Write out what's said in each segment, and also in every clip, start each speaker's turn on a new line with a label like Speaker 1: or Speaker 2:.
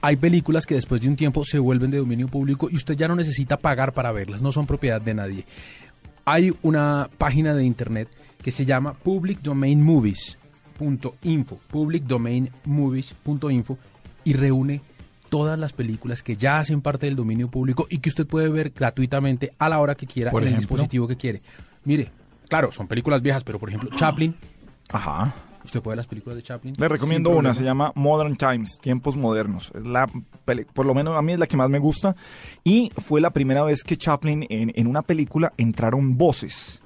Speaker 1: hay películas que después de un tiempo se vuelven de dominio público y usted ya no necesita pagar para verlas, no son propiedad de nadie. Hay una página de internet que se llama Public Domain Movies. .info, publicdomainmovies.info y reúne todas las películas que ya hacen parte del dominio público y que usted puede ver gratuitamente a la hora que quiera
Speaker 2: Por
Speaker 1: en el
Speaker 2: ejemplo.
Speaker 1: dispositivo que quiere. Mire, claro, son películas viejas, pero por ejemplo, Chaplin,
Speaker 2: Ajá.
Speaker 1: usted puede ver las películas de Chaplin.
Speaker 2: Le recomiendo
Speaker 1: sin
Speaker 2: una,
Speaker 1: problema.
Speaker 2: se llama Modern Times, Tiempos Modernos. Es la, peli- por lo menos a mí es la que más me gusta. Y fue la primera vez que Chaplin en, en una película entraron voces.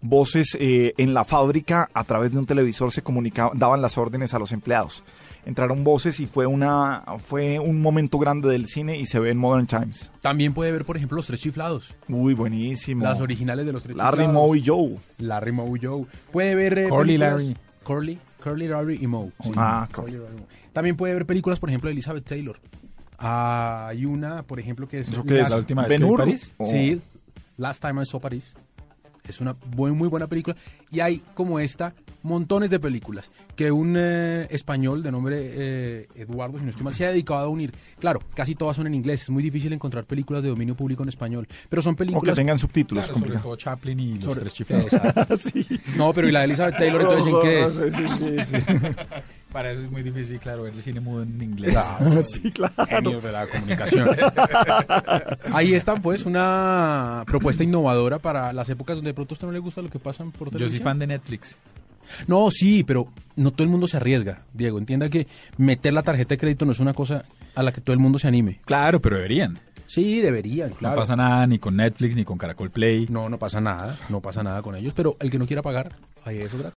Speaker 2: Voces eh, en la fábrica a través de un televisor se comunicaban, daban las órdenes a los empleados. Entraron voces y fue, una, fue un momento grande del cine y se ve en Modern Times.
Speaker 1: También puede ver, por ejemplo, Los Tres Chiflados,
Speaker 2: Uy, buenísimo.
Speaker 1: las originales de Los Tres
Speaker 2: Larry,
Speaker 1: Chiflados.
Speaker 2: Moe y Joe.
Speaker 1: Larry Moe Joe. Puede ver. eh,
Speaker 3: Curly
Speaker 1: películas-
Speaker 3: Larry.
Speaker 1: Curly, Curly Larry y Moe. sí.
Speaker 2: Ah,
Speaker 1: Curly Larry y Moe. También puede ver películas, por ejemplo, de Elizabeth Taylor. Ah, hay una, por ejemplo, que es.
Speaker 2: ¿Eso qué es?
Speaker 3: la última vez que
Speaker 2: ¿Ben-Hur?
Speaker 3: vi París?
Speaker 2: Oh.
Speaker 1: Sí, Last Time I Saw Paris. Es una buen- muy buena película. Y hay como esta montones de películas que un eh, español de nombre eh, Eduardo, si no estoy mal, se ha dedicado a unir. Claro, casi todas son en inglés. Es muy difícil encontrar películas de dominio público en español. Pero son
Speaker 2: O que
Speaker 1: películas...
Speaker 2: tengan subtítulos.
Speaker 3: Claro, sobre
Speaker 2: complicado.
Speaker 3: todo Chaplin y los
Speaker 1: sobre-
Speaker 3: tres chiflados.
Speaker 1: Exacto. No, pero y la de Elizabeth Taylor, entonces, ¿en qué es?
Speaker 3: Para eso es muy difícil, claro, ver el cine mudo en inglés.
Speaker 2: Sí, claro.
Speaker 1: genio de la comunicación. Ahí está, pues, una propuesta innovadora para las épocas donde de pronto a usted no le gusta lo que pasan por
Speaker 3: Yo soy
Speaker 1: televisión.
Speaker 3: fan de Netflix.
Speaker 1: No, sí, pero no todo el mundo se arriesga, Diego. Entienda que meter la tarjeta de crédito no es una cosa a la que todo el mundo se anime.
Speaker 3: Claro, pero deberían.
Speaker 1: Sí, deberían,
Speaker 3: No pasa nada ni con Netflix ni con Caracol Play.
Speaker 1: No, no pasa nada, no pasa nada con ellos, pero el que no quiera pagar, ahí es otra.